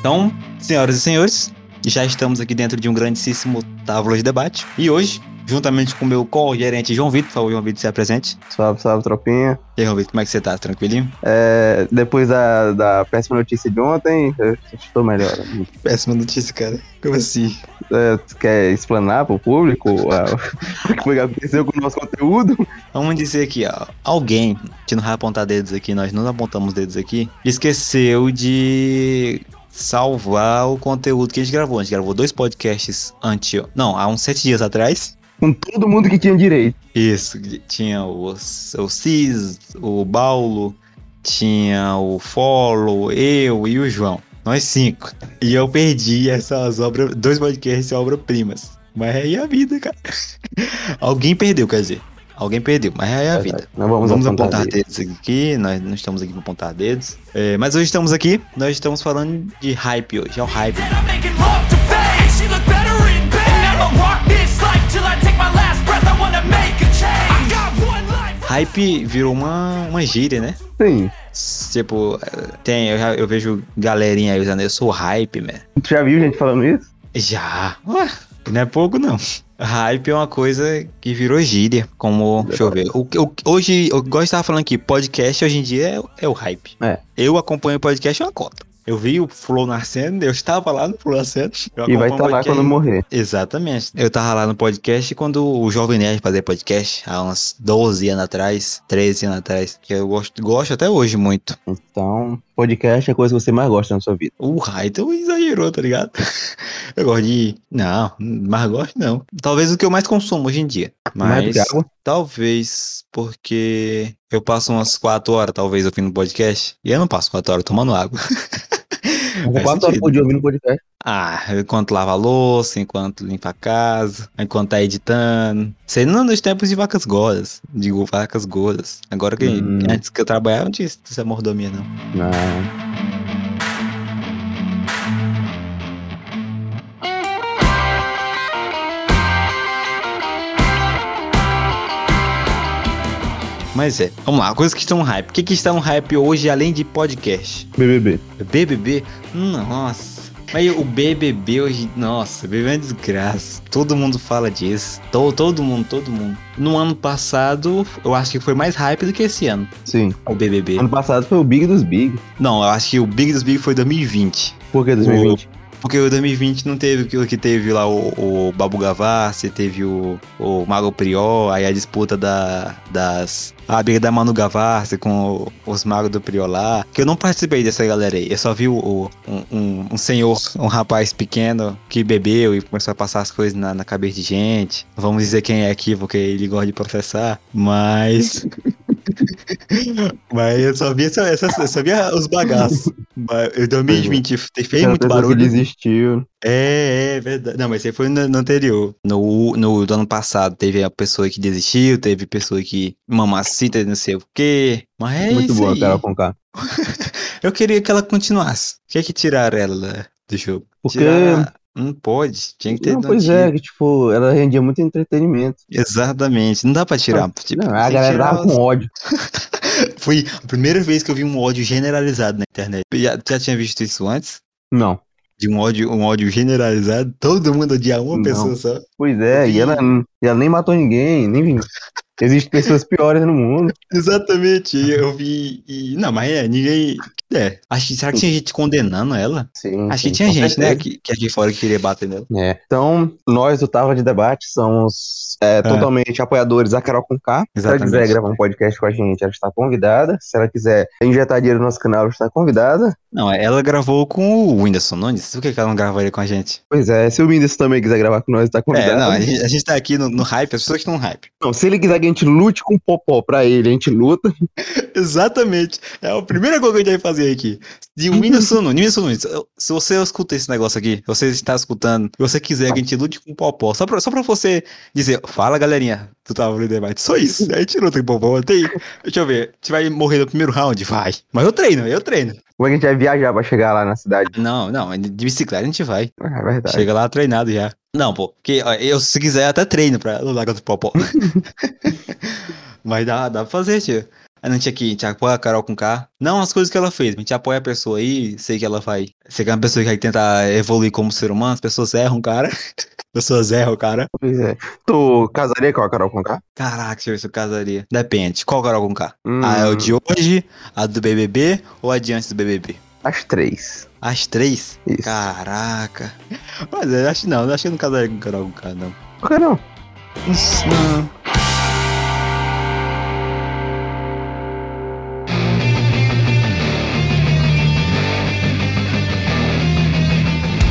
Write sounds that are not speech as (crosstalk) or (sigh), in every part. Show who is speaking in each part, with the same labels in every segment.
Speaker 1: Então, senhoras e senhores, já estamos aqui dentro de um grandíssimo tábua de debate. E hoje, juntamente com o meu co-gerente João Vitor, por favor, João Vitor, se apresente.
Speaker 2: Salve, salve, tropinha.
Speaker 1: E aí, João Vitor, como é que você tá? Tranquilinho?
Speaker 2: É, depois da, da péssima notícia de ontem, eu estou melhor.
Speaker 1: Péssima notícia, cara. Como assim?
Speaker 2: É, tu quer explanar pro público ah, (laughs) o que foi que aconteceu com o nosso conteúdo?
Speaker 1: Vamos dizer aqui, ó. Alguém, a gente não vai apontar dedos aqui, nós não apontamos dedos aqui, esqueceu de salvar o conteúdo que a gente gravou. A gente gravou dois podcasts antes. Não, há uns sete dias atrás.
Speaker 2: Com todo mundo que tinha direito.
Speaker 1: Isso, tinha o, o Cis, o Baulo, tinha o Follow, eu e o João. Nós cinco. E eu perdi essas obras, dois podcasts obra-primas. Mas aí é a vida, cara. (laughs) Alguém perdeu, quer dizer. Alguém perdeu, mas é a vida.
Speaker 2: Não vamos,
Speaker 1: Vamos
Speaker 2: apontar,
Speaker 1: apontar
Speaker 2: apontar
Speaker 1: dedos aqui, nós não estamos aqui para apontar dedos. É, mas hoje estamos aqui, nós estamos falando de hype hoje, é o hype.
Speaker 3: And I'm making love to Faye. She looked better in bed. And I'ma rock this life till I take my last breath. I wanna make a change. I got one life.
Speaker 1: Hype virou uma, uma gíria, né?
Speaker 2: Sim.
Speaker 1: Tipo, eh, tem, eu, já- eu vejo galerinha aí usando, eu sou hype, man.
Speaker 2: Tu já viu gente falando isso?
Speaker 1: Já, Ué, não é pouco não. Hype é uma coisa que virou gíria, como, deixa eu ver, o, o- hoje, eu gosto de estar falando aqui, podcast hoje em dia é, é o hype.
Speaker 2: É.
Speaker 1: Eu acompanho o podcast é uma cota. Eu vi o Flow nascendo, eu estava lá no Flow nascendo. eu
Speaker 2: E vai
Speaker 1: acompanho
Speaker 2: estar
Speaker 1: o
Speaker 2: lá
Speaker 1: podcast.
Speaker 2: quando morrer.
Speaker 1: Exatamente. Eu tava lá no podcast quando o Jovem Nerd fazia podcast, há uns 12 anos atrás, 13 anos atrás, que eu gosto, gosto até hoje muito.
Speaker 2: Então, podcast é a coisa que você mais gosta na sua vida.
Speaker 1: O Raito exagerou, tá ligado? (laughs) Eu gosto de. Não, mas gosto não. Talvez o que eu mais consumo hoje em dia.
Speaker 2: Mais do
Speaker 1: Mas.
Speaker 2: que água?
Speaker 1: Talvez porque eu passo umas 4 horas, talvez, ouvindo podcast. E eu não passo 4 horas tomando
Speaker 2: (laughs)
Speaker 1: água.
Speaker 2: Com
Speaker 1: Faz
Speaker 2: quatro horas
Speaker 1: sentido.
Speaker 2: por dia ouvindo podcast.
Speaker 1: Ah, enquanto lava a louça, enquanto limpa a casa, enquanto tá editando. Isso aí não é um dos tempos de vacas gordas. Digo, vacas gordas. Agora que
Speaker 2: Hum.
Speaker 1: antes que eu trabalhava, não tinha essa mordomia, não.
Speaker 2: Não.
Speaker 1: Mas é, vamos lá, coisas que estão no hype. O que, que está no hype hoje, além de podcast?
Speaker 2: BBB.
Speaker 1: BBB? Nossa. Mas o BBB hoje, nossa, BBB é uma desgraça. Todo mundo fala disso. Todo, todo mundo, todo mundo. No ano passado, eu acho que foi mais hype do que esse ano,
Speaker 2: Sim.
Speaker 1: o BBB.
Speaker 2: Ano passado foi o Big dos Big.
Speaker 1: Não, eu acho que o Big dos Big foi 2020.
Speaker 2: Por que 2020?
Speaker 1: Porque o 2020 não teve aquilo que teve lá o, o Babu Gavassi, teve o, o Mago Prior, aí a disputa da, das. A briga da Manu Gavassi com o- os magos do Prior lá. Que eu não participei dessa galera aí. Eu só vi o, o- um, um- um senhor, um rapaz pequeno que bebeu e começou a passar as coisas na, na cabeça de gente. Não Vamos dizer quem é aqui, porque ele gosta de processar. Mas. mas eu só vi, essa, essa- eu só vi os bagaços. Mas o 2020 fez
Speaker 2: Aquela
Speaker 1: muito
Speaker 2: pessoa que
Speaker 1: barulho.
Speaker 2: desistiu.
Speaker 1: É, é verdade. Não, mas você foi no, no anterior. No, no do ano passado, teve a pessoa que desistiu, teve pessoa que mamacita, e não sei o quê. Mas é
Speaker 2: muito
Speaker 1: isso
Speaker 2: boa,
Speaker 1: aí.
Speaker 2: Carol Conká.
Speaker 1: Eu queria que ela continuasse. Por que que tiraram ela né, do jogo?
Speaker 2: Porque-
Speaker 1: Tiraram- Não pode, tinha que ter
Speaker 2: Não,
Speaker 1: dado um
Speaker 2: pois
Speaker 1: tiro.
Speaker 2: é, que tipo, ela rendia muito entretenimento.
Speaker 1: Exatamente, não dá pra tirar. Tipo,
Speaker 2: Ah, Não, a
Speaker 1: tem que
Speaker 2: galera
Speaker 1: tirar
Speaker 2: tava
Speaker 1: os-
Speaker 2: com ódio.
Speaker 1: Foi a primeira vez que eu vi um ódio generalizado na internet. Já, já tinha visto isso antes?
Speaker 2: Não.
Speaker 1: De um ódio, um ódio generalizado, todo mundo odia uma
Speaker 2: Não.
Speaker 1: pessoa só.
Speaker 2: Pois é, e ela, e ela nem matou ninguém, nem Existem pessoas piores no mundo.
Speaker 1: Exatamente, e eu vi. E, não, mas é, ninguém. É, acho que, será que tinha gente condenando ela?
Speaker 2: Sim.
Speaker 1: Acho que tinha gente, né? Que, que aqui fora que queria bater nela.
Speaker 2: É. Então, nós do Tava de Debate somos é, totalmente apoiadores da Carol Conká. Se
Speaker 1: Ah.
Speaker 2: ela
Speaker 1: Exatamente.
Speaker 2: quiser gravar um podcast com a gente, ela está convidada. Se ela quiser injetar dinheiro no nosso canal, ela está convidada.
Speaker 1: Não, ela gravou com o Whindersson Nunes. Por que, que ela não gravaria com a gente?
Speaker 2: Pois é, se o Mendes também quiser gravar com nós, está convidado.
Speaker 1: É, não, a gente, a gente tá aqui no, no hype, as pessoas que estão no hype.
Speaker 2: Não, se ele quiser que a gente lute com o Popó pra ele, a gente luta.
Speaker 1: Exatamente. É a primeira coisa que a gente vai fazer aqui. De um (laughs) Whindersson Nunes. Whindersson Nunes, eu- se você escuta esse negócio aqui, você está escutando, e você quiser que a gente lute com o Popó, só pra, só pra você dizer, fala galerinha, tu tava no debate, só isso. né? Aí tirou o Popó, tem. Deixa eu ver, a gente vai morrer no primeiro round? Vai. Mas eu treino, eu treino.
Speaker 2: Como é que a gente vai viajar pra chegar lá na cidade?
Speaker 1: Não, não, de bicicleta a gente vai.
Speaker 2: É verdade.
Speaker 1: Chega lá treinado já. Tá. Não, pô, porque ó, eu, se (laughs) quiser, até treino pra lutar contra o Popó. Mas dá, dá pra fazer, tio. Aí não tinha que, a gente apoia a Carol com K. Não as coisas que ela fez, mas a gente apoia a pessoa aí, sei que ela vai. Sei que é uma pessoa que vai tentar evoluir como ser humano, as pessoas erram, cara. (laughs) As pessoas erram, cara.
Speaker 2: Pois é. Tu casaria com a Carol Conká?
Speaker 1: Caraca, se eu casaria. Depende. Qual Carol com K?
Speaker 2: Hum,
Speaker 1: A é de hoje, a do BBB ou a de antes do BBB?
Speaker 2: As três.
Speaker 1: As três?
Speaker 2: Isso.
Speaker 1: Caraca. Mas eu acho não, eu acho que eu não casaria com Carol com K, não.
Speaker 2: Por que não?
Speaker 1: Isso, não.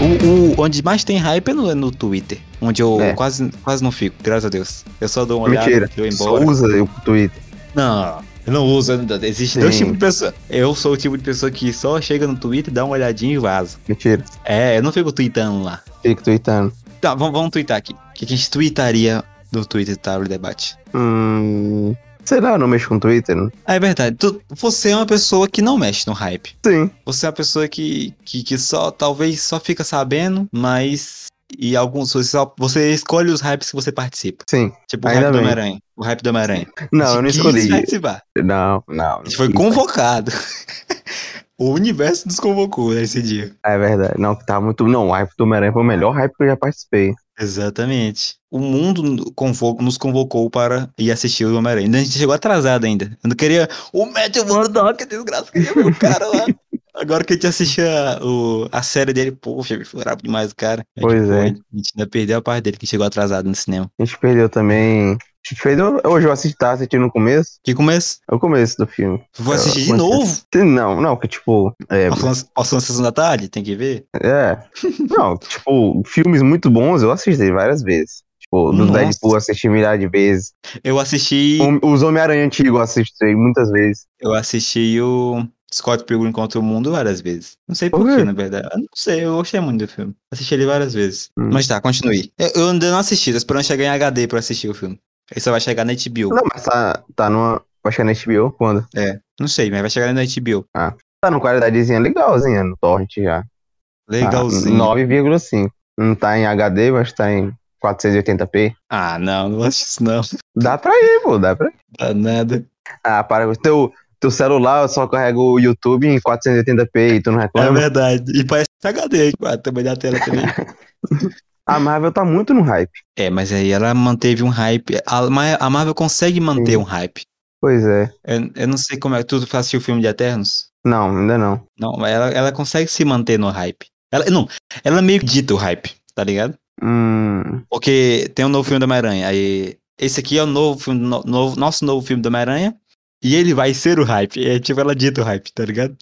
Speaker 1: O, o- onde mais tem hype é no, no Twitter, onde eu
Speaker 2: É.
Speaker 1: quase, quase não fico, graças a Deus. Eu só dou uma olhada,
Speaker 2: Mentira.
Speaker 1: eu
Speaker 2: Só
Speaker 1: embora.
Speaker 2: usa o Twitter.
Speaker 1: Não, eu não uso. ainda. Existe dois
Speaker 2: Sim.
Speaker 1: tipos de pessoa. Eu sou o tipo de pessoa que só chega no Twitter, dá uma olhadinha e vaza.
Speaker 2: Mentira.
Speaker 1: É, eu não fico tweetando lá.
Speaker 2: Fico tweetando.
Speaker 1: Tá, vamos, vamos tweetar aqui. O que que a gente tweetaria no Twitter do Tablet Debate?
Speaker 2: Hum. Será? Eu não mexo com Twitter? não?
Speaker 1: Ah, é verdade. Tu- você é uma pessoa que não mexe no hype.
Speaker 2: Sim.
Speaker 1: Você é uma pessoa que, que, que só, talvez, só fica sabendo, mas. E alguns. Você, só- você escolhe os hypes que você participa.
Speaker 2: Sim.
Speaker 1: Tipo o
Speaker 2: Ainda
Speaker 1: hype do
Speaker 2: bem.
Speaker 1: Homem-Aranha. O hype do Homem-Aranha.
Speaker 2: Não, eu não
Speaker 1: Quis
Speaker 2: escolhi.
Speaker 1: Participar.
Speaker 2: Não, não.
Speaker 1: A gente foi
Speaker 2: não.
Speaker 1: convocado. (laughs) o universo nos convocou nesse dia.
Speaker 2: É verdade. Não, que tá muito. Não, o hype do Homem-Aranha foi o melhor hype que eu já participei.
Speaker 1: Exatamente. O mundo convo- nos convocou para ir assistir o Homem-Aranha. Ainda A gente chegou atrasado ainda. Eu não queria. O Matthew Murdock, desgraça, queria ver o cara
Speaker 2: (laughs)
Speaker 1: lá. Agora que a gente assistia o- a série dele, poxa, me furava demais o cara. A gente,
Speaker 2: Pois é.
Speaker 1: A gente ainda perdeu a parte dele que chegou atrasado no cinema.
Speaker 2: A gente perdeu também. A gente perdeu. Hoje eu assisti, tá assistindo no começo.
Speaker 1: Que começo?
Speaker 2: É o começo do filme.
Speaker 1: Vou assistir de
Speaker 2: Quando-
Speaker 1: novo?
Speaker 2: Sim, Não, não, que tipo. É,
Speaker 1: Passou passou na sessão da tarde? Tem que ver?
Speaker 2: é. Não, (laughs) tipo, filmes muito bons eu assisti várias vezes. Tipo, do
Speaker 1: Nossa.
Speaker 2: Deadpool eu assisti milhares de vezes.
Speaker 1: Eu assisti.
Speaker 2: Hom- Os Homem-Aranha antigo eu assisti muitas vezes.
Speaker 1: Eu assisti o Scott Pilgrim contra o Mundo várias vezes. Não sei
Speaker 2: Por
Speaker 1: porquê,
Speaker 2: quê?
Speaker 1: na verdade. Eu não sei, eu gostei muito do filme. Assisti ele várias vezes.
Speaker 2: Hum.
Speaker 1: Mas tá, continue. Eu, eu ainda não assisti, tô esperando chegar em HD pra assistir o filme. Ele só vai chegar na HBO. Não,
Speaker 2: Não, mas tá, tá numa. Acho que é na HBO quando?
Speaker 1: sei, mas vai chegar na HBO.
Speaker 2: Tá numa qualidadezinha legalzinha no Torrent já.
Speaker 1: Legalzinho.
Speaker 2: Tá, 9,5. Não tá em HD, mas tá em 480p.
Speaker 1: Ah, não, não acho isso não.
Speaker 2: Dá pra ir, pô, dá pra ir.
Speaker 1: Dá nada.
Speaker 2: Ah, para. o Teu, teu celular só carrega o YouTube em 480p e tu não
Speaker 1: É
Speaker 2: reclama.
Speaker 1: verdade. E parece HD, ah, também da tela
Speaker 2: (laughs)
Speaker 1: também.
Speaker 2: A Marvel tá muito no hype.
Speaker 1: é, mas aí ela manteve um hype. A, Ma- a Marvel consegue manter
Speaker 2: Sim.
Speaker 1: um hype.
Speaker 2: Pois é.
Speaker 1: Eu, eu não sei como é. Tu assistiu o filme de Eternos?
Speaker 2: Não, ainda não.
Speaker 1: Não, mas ela, ela consegue se manter no hype. Ela, não, ela meio que dita o hype, tá ligado?
Speaker 2: Hum,
Speaker 1: Porque tem um novo filme do Homem-Aranha. Aí, esse aqui é o novo filme, no- novo- nosso novo filme do Homem-Aranha. E ele vai ser o hype. É tipo, ela dita o hype, tá ligado?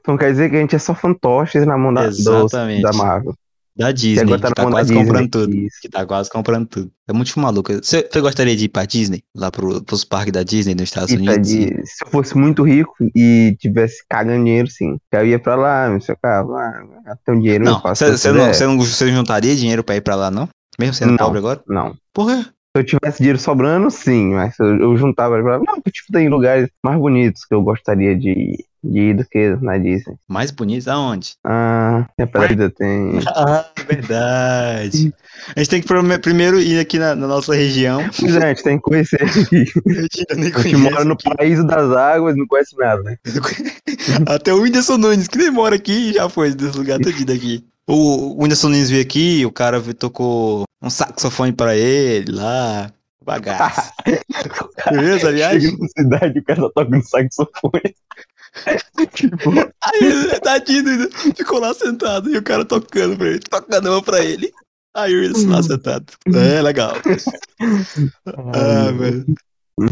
Speaker 2: então quer dizer que a gente é só fantoches na mão da, dos-
Speaker 1: Exatamente.
Speaker 2: da Marvel.
Speaker 1: Da
Speaker 2: E
Speaker 1: Disney,
Speaker 2: agora tá
Speaker 1: que
Speaker 2: na
Speaker 1: tá
Speaker 2: mão da
Speaker 1: quase
Speaker 2: Disney.
Speaker 1: comprando tudo.
Speaker 2: Isso.
Speaker 1: Que tá quase comprando tudo. É muito maluco. Você, você gostaria de ir pra Disney? Lá pro, pros parques da Disney nos Estados
Speaker 2: Fita
Speaker 1: Unidos? E-
Speaker 2: tá de- se eu fosse muito rico e tivesse cagando dinheiro, sim. Eu ia pra lá, me socava, ah, tem um dinheiro, eu
Speaker 1: Não,
Speaker 2: faço. o que eu
Speaker 1: você não,
Speaker 2: quiser.
Speaker 1: cê não, cê não juntaria dinheiro pra ir pra lá, não? Mesmo sendo
Speaker 2: Não.
Speaker 1: pobre agora?
Speaker 2: não.
Speaker 1: Por quê?
Speaker 2: Se eu tivesse dinheiro sobrando, sim, mas eu, eu juntava pra. Não, porque, tipo, tem lugares mais bonitos que eu gostaria de, de ir do que na Disney.
Speaker 1: Mais bonito aonde?
Speaker 2: Ah, tem a Pedra Vida,
Speaker 1: (laughs)
Speaker 2: tem.
Speaker 1: Ah, verdade. A gente tem que prome- primeiro ir aqui na, na nossa região.
Speaker 2: Pois é, a gente tem que conhecer aqui.
Speaker 1: Eu ainda nem
Speaker 2: A gente
Speaker 1: conheço.
Speaker 2: mora no paraíso das águas, não conhece nada, né?
Speaker 1: (laughs) Até o Whindersson Nunes, que nem mora aqui, já foi desse lugar todinho daqui. O, o Whindersson Nunes veio aqui, o cara vi- tocou um saxofone pra ele lá. Bagaço. Beleza, aliás?
Speaker 2: Chega na cidade, o cara só toca no saxofone. tipo,
Speaker 1: Aí, tadinho, do Whindersson, ficou lá sentado e o cara tocando pra ele, tocando uma pra ele. Aí o Whindersson lá sentado. É, legal. Ah, velho.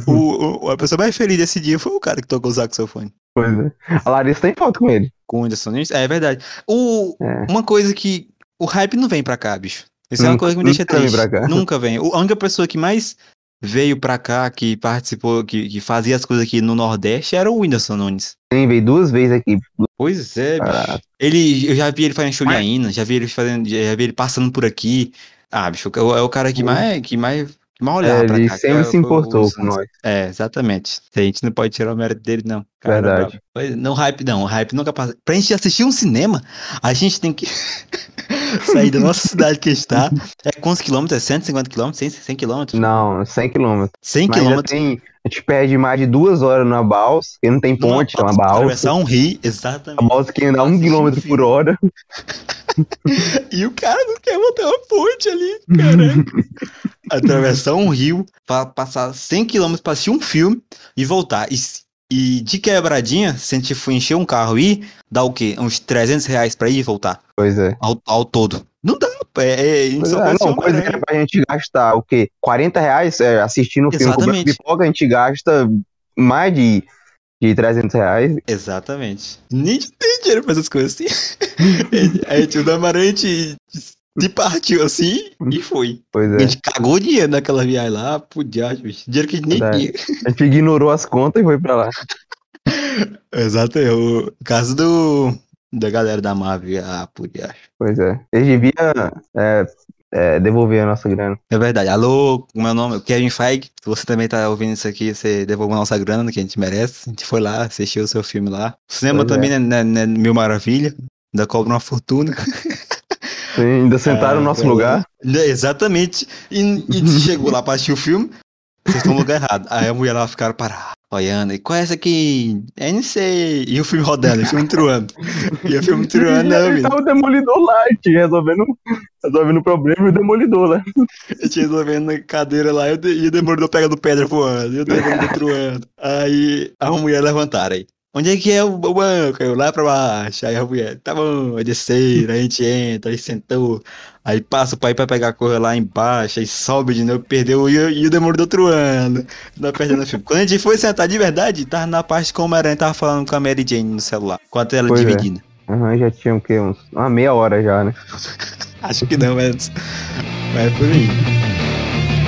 Speaker 1: O, o- a pessoa mais feliz desse dia foi o cara que tocou o saxofone.
Speaker 2: coisa. A Larissa tem foto com ele.
Speaker 1: Com o Whindersson Nunes. É, é verdade. O,
Speaker 2: É.
Speaker 1: Uma coisa que. O hype não vem pra cá, bicho. Isso é uma
Speaker 2: Nunca-
Speaker 1: coisa que me deixa
Speaker 2: nunca vem
Speaker 1: triste.
Speaker 2: pra cá.
Speaker 1: Nunca vem. O- A única pessoa que mais veio pra cá, que participou, que, que fazia as coisas aqui no Nordeste, era o Whindersson Nunes.
Speaker 2: Sim, veio duas vezes aqui.
Speaker 1: Pois é, bicho.
Speaker 2: Caraca.
Speaker 1: Ele, eu já vi ele fazendo show em Aina, já vi ele fazendo, já vi ele passando por aqui. Ah, bicho, é o, é o cara que mais, que mais, que mais olhava
Speaker 2: É,
Speaker 1: pra
Speaker 2: ele
Speaker 1: cá. que
Speaker 2: sempre
Speaker 1: é-
Speaker 2: se
Speaker 1: foi o
Speaker 2: importou
Speaker 1: Whindersson
Speaker 2: com nós.
Speaker 1: é, exatamente. A gente não pode tirar o mérito dele, não. Cara,
Speaker 2: Verdade.
Speaker 1: brabo. Pois- Não hype, não. O hype nunca passa. Pra gente assistir um cinema, a gente tem que (laughs) sair da nossa cidade que a gente tá. É quantos quilômetros? É 150 quilômetros? 100, 100 quilômetros?
Speaker 2: Não, 100 quilômetros.
Speaker 1: 100
Speaker 2: Mas já
Speaker 1: quilômetros.
Speaker 2: tem, a gente perde mais de duas horas numa balsa, porque não tem ponte, é uma balsa.
Speaker 1: Atravessar um rio,
Speaker 2: A
Speaker 1: exatamente.
Speaker 2: balsa que anda a um quilômetro por hora.
Speaker 1: E o cara não quer botar uma ponte ali, caraca.
Speaker 2: (laughs)
Speaker 1: Atravessar um rio, pra passar 100 km pra assistir um filme e voltar. E, se- e de quebradinha, se a gente for encher um carro e ir, dá o quê? Uns 300 reais pra ir e voltar,
Speaker 2: Pois é.
Speaker 1: ao, ao todo. Não dá, é, é, a gente
Speaker 2: Pois
Speaker 1: só
Speaker 2: é,
Speaker 1: pode
Speaker 2: não,
Speaker 1: ser um
Speaker 2: coisa que
Speaker 1: aranha.
Speaker 2: era pra gente gastar o quê? 40 reais é, assistindo o filme
Speaker 1: Exatamente.
Speaker 2: com pipoca, a gente gasta mais de, de 300 reais.
Speaker 1: Exatamente. Nem de- tem dinheiro pra essas coisas assim. (laughs) É, a gente, o Damarante se partiu assim e foi.
Speaker 2: Pois
Speaker 1: A
Speaker 2: é.
Speaker 1: gente cagou o dinheiro naquela viagem lá, podia, dinheiro que a gente nem
Speaker 2: Verdade.
Speaker 1: tinha.
Speaker 2: A gente ignorou as contas e foi pra lá.
Speaker 1: Exato, é o caso do da galera da Marvel, ah, podia.
Speaker 2: Pois é. Eles deviam é, é, devolver a nossa grana.
Speaker 1: É verdade. Alô, como é o nome? Kevin Feige, se você também tá ouvindo isso aqui, você devolveu nossa grana que a gente merece. A gente foi lá, assistiu o seu filme lá. O cinema
Speaker 2: Pois é.
Speaker 1: também, né, né, né, Mil Maravilha, ainda cobra uma fortuna. (laughs)
Speaker 2: Sim, ainda sentaram no nosso
Speaker 1: pois é.
Speaker 2: lugar.
Speaker 1: Né, exatamente. E,
Speaker 2: (laughs)
Speaker 1: e chegou lá pra assistir o filme, vocês estão no lugar errado. Aí a mulher lá ficaram parada, olhando, e qual é essa aqui? Eu não sei. E o filme rodando, e o filme truando. E o filme truando,
Speaker 2: E
Speaker 1: não,
Speaker 2: aí
Speaker 1: menino.
Speaker 2: tava o demolidor lá, a gente resolvendo, resolvendo o problema e o demolidor lá.
Speaker 1: Eu tinha resolvendo na cadeira lá e o de- e o demolidor pegando pedra voando, e o demolidor truando. Aí a mulher levantaram aí. Onde é que é o o banco? Eu lá pra baixo. Aí a mulher, tá bom, é descer, aí a gente entra, aí sentou. Aí passa o pai pra pegar a coisa lá embaixo, aí sobe de novo, perdeu e, o- e o demolidor truando. Não perdendo o filme. Quando a gente foi sentar de verdade, tava na parte que o Homem-Aranha tava falando com a Mary Jane no celular, com a tela
Speaker 2: Pois é.
Speaker 1: dividida.
Speaker 2: Aham, já tinha o quê? Uns, uma meia hora já, né?
Speaker 1: Acho que não, mas, mas é por aí.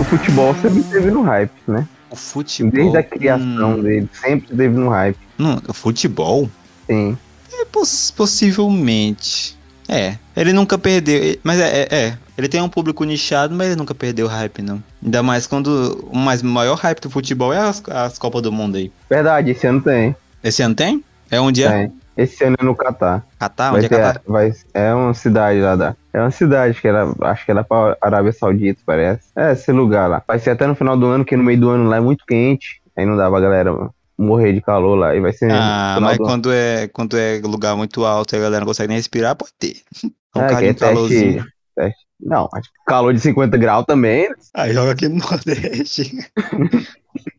Speaker 2: O futebol sempre teve no hype, né?
Speaker 1: O futebol.
Speaker 2: Desde a criação
Speaker 1: hum,
Speaker 2: dele, sempre teve no hype.
Speaker 1: Não, o futebol?
Speaker 2: Sim.
Speaker 1: É, poss- possivelmente. É. Ele nunca perdeu. e- Mas é, é, é. Ele tem um público nichado, mas ele nunca perdeu o hype, não. Ainda mais quando. O mais, maior hype do futebol é as, as Copas do Mundo aí.
Speaker 2: Verdade, esse ano tem.
Speaker 1: Esse ano tem? É onde é?
Speaker 2: tem. Esse ano é no Catar.
Speaker 1: Catar?
Speaker 2: vai
Speaker 1: Onde é
Speaker 2: ter,
Speaker 1: Catar?
Speaker 2: vai, é uma cidade lá da. É uma cidade que era. Acho que era pra Arábia Saudita, parece. É, esse lugar lá. Vai ser até no final do ano, que no meio do ano lá é muito quente. Aí não dá pra galera morrer de calor lá. E vai ser. no
Speaker 1: Ah,
Speaker 2: é, final
Speaker 1: mas
Speaker 2: do ano.
Speaker 1: quando é, quando é lugar muito alto e a galera não consegue nem respirar, pode ter. (laughs) Um
Speaker 2: É,
Speaker 1: cara
Speaker 2: que é
Speaker 1: de calorzinho.
Speaker 2: teste, teste. Não, acho que calor de 50 graus também. né?
Speaker 1: Aí Ah, joga aqui no (laughs) Nordeste.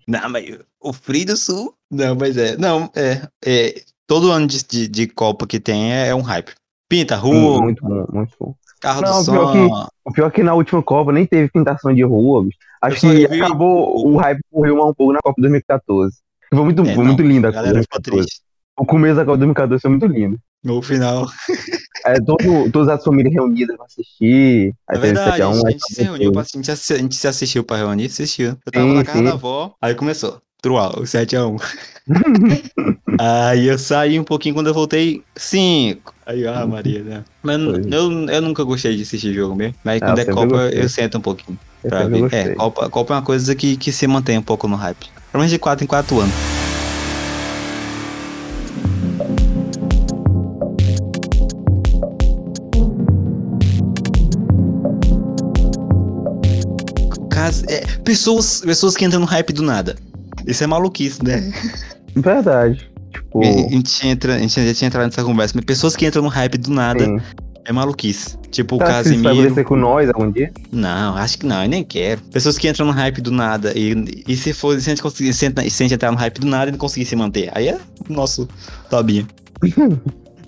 Speaker 1: não, mas o frio do Sul. Não, mas é. Não, é. é, todo ano de, de, de Copa que tem é, é um hype. Pinta, rua,
Speaker 2: Muito bom, muito bom.
Speaker 1: carro do
Speaker 2: Hum. Não,
Speaker 1: som.
Speaker 2: pior O pior é que na última Copa nem teve pintação de rua, bicho. Acho
Speaker 1: Eu só
Speaker 2: que
Speaker 1: vi-
Speaker 2: acabou o hype morreu mais um pouco na Copa 2014. Foi muito,
Speaker 1: É,
Speaker 2: foi
Speaker 1: não,
Speaker 2: muito linda
Speaker 1: A
Speaker 2: a Copa
Speaker 1: galera ficou
Speaker 2: 2014.
Speaker 1: triste.
Speaker 2: O começo da Copa 2014 foi muito lindo.
Speaker 1: No final.
Speaker 2: É, todo, todas as famílias reunidas pra assistir. Aí
Speaker 1: É
Speaker 2: teve
Speaker 1: verdade,
Speaker 2: 7 a 1,
Speaker 1: a
Speaker 2: aí
Speaker 1: gente se
Speaker 2: tava
Speaker 1: reuniu,
Speaker 2: tudo.
Speaker 1: pra- a gente, assi- a gente se assistiu pra reunir, assistiu. Eu tava
Speaker 2: Sim,
Speaker 1: na casa
Speaker 2: sim.
Speaker 1: da avó, aí começou. Trual, o
Speaker 2: (laughs)
Speaker 1: 7x1. aí eu saí um pouquinho quando eu voltei, 5. Aí,
Speaker 2: Uhum.
Speaker 1: ah, Maria, né? Mas
Speaker 2: Pois é.
Speaker 1: eu, eu nunca gostei de assistir jogo mesmo. Mas
Speaker 2: Ah,
Speaker 1: quando
Speaker 2: eu
Speaker 1: é
Speaker 2: sempre
Speaker 1: Copa,
Speaker 2: gostei.
Speaker 1: eu sento um pouquinho.
Speaker 2: Eu
Speaker 1: pra ver.
Speaker 2: também gostei.
Speaker 1: É, Copa, Copa é uma coisa que, que se mantém um pouco no hype. Pelo menos de 4 em 4 anos. O caso- é, pessoas, pessoas que entram no hype do nada. Isso é maluquice, né?
Speaker 2: (laughs) Verdade. Tipo,
Speaker 1: A gente, entra, a gente já tinha entrado nessa conversa, mas pessoas que entram no hype do nada
Speaker 2: sim. Tá,
Speaker 1: é maluquice. Tipo o
Speaker 2: Será que isso vai
Speaker 1: Casemiro.
Speaker 2: acontecer com nós algum dia?
Speaker 1: Não, acho que não, eu nem quero. Pessoas que entram no hype do nada e, e se for, se a gente conseguir, se a gente entrar no hype do nada e não conseguir se manter, aí é nosso tobinho.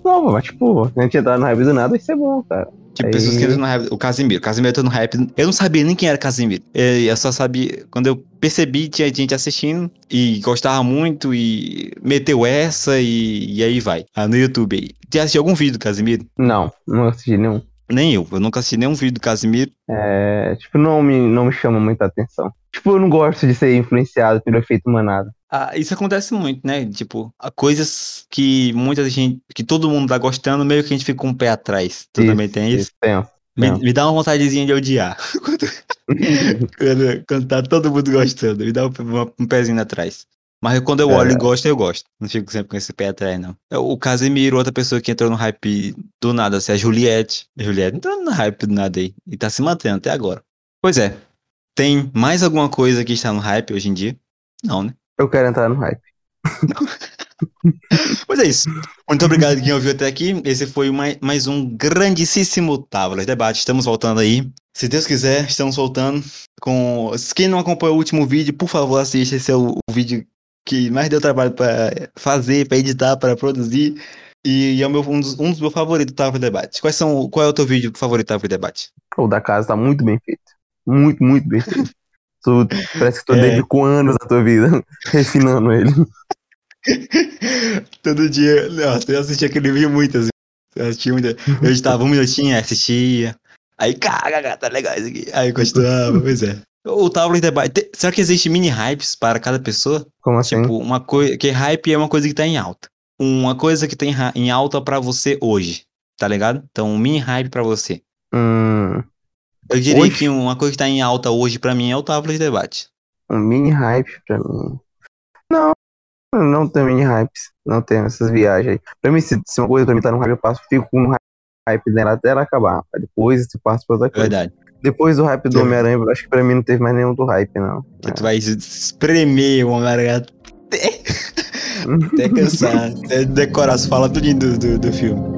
Speaker 2: Não, mas tipo, se a gente entrar na hype do nada, isso é bom, cara.
Speaker 1: Tipo,
Speaker 2: Aí-
Speaker 1: pessoas que entram no hype. O Casimiro. O Casimiro entrou no hype. Eu não sabia nem quem era Casimiro. É, Eu só sabia. Quando eu percebi, tinha gente assistindo e gostava muito e meteu essa e, e aí vai. Ah, no YouTube aí. Já assistiu algum vídeo do Casimiro?
Speaker 2: Não, não assisti nenhum.
Speaker 1: Nem eu. Eu nunca assisti nenhum vídeo do Casimiro.
Speaker 2: É, tipo, não me, não me chama muita atenção. Tipo, eu não gosto de ser influenciado pelo efeito manada.
Speaker 1: Ah, isso acontece muito, né? Tipo, há coisas que muita gente, que todo mundo tá gostando, meio que a gente fica com o pé atrás. Tu
Speaker 2: Isso,
Speaker 1: também tem isso?
Speaker 2: Tenso.
Speaker 1: Me,
Speaker 2: não.
Speaker 1: me dá uma vontadezinha de odiar. (laughs) quando, quando tá todo mundo gostando, me dá um, um pezinho atrás. Mas quando eu
Speaker 2: É.
Speaker 1: olho e gosto, eu gosto. Não fico sempre com esse pé atrás, não. É, O Casemiro, outra pessoa que entrou no hype do nada, assim, a Juliette. A Juliette entrou no hype do nada aí. E tá se mantendo até agora. Pois é. Tem mais alguma coisa que está no hype hoje em dia? Não, né?
Speaker 2: Eu quero entrar no hype.
Speaker 1: Pois é isso. Muito obrigado quem ouviu até aqui. Esse foi mais, mais um grandíssimo Távolas Debate. Estamos voltando aí. Se Deus quiser, estamos voltando. Com... Quem não acompanhou o último vídeo, por favor, assista. Esse é o, o vídeo que mais deu trabalho para fazer, para editar, para produzir. E é o meu, um, dos, um dos meus favoritos Távolas Debate. Quais são, qual é o teu vídeo favorito Távolas Debate?
Speaker 2: O da casa tá muito bem feito. Muito, muito bem
Speaker 1: (laughs)
Speaker 2: feito. Tu, parece que tu
Speaker 1: É.
Speaker 2: dedicou anos da tua vida (laughs) refinando ele.
Speaker 1: Todo dia, nossa, eu assisti aquele vídeo muitas vezes. Eu assisti muita- eu editava um minutinho, assistia. Aí, caraca, tá legal isso aqui. Aí continuava, pois é. O Tablet Debate. te- Será que existe mini hypes para cada pessoa?
Speaker 2: Como assim?
Speaker 1: Tipo, uma coisa. Que hype é uma coisa que tá em alta. Uma coisa que tem ra- em alta pra você hoje. Tá ligado? Então, um mini hype pra você.
Speaker 2: Hum,
Speaker 1: Eu diria
Speaker 2: Hoje?
Speaker 1: que uma coisa que tá em alta hoje pra mim é o Tablet Debate.
Speaker 2: um mini hype pra mim. Não, eu não tenho mini hypes. Não tenho essas viagens aí. Pra mim, se, se uma coisa pra mim tá no hype, eu passo, fico com um hype dela até ela acabar. Aí Depois eu passo pra outra coisa.
Speaker 1: Verdade.
Speaker 2: Depois do hype do
Speaker 1: Sim.
Speaker 2: Homem-Aranha, eu acho que pra mim não teve mais nenhum do hype, não.
Speaker 1: Que tu vai es- espremer uma garganta. (laughs) Até cansar, até decorar as falas tudinho do, do, do filme.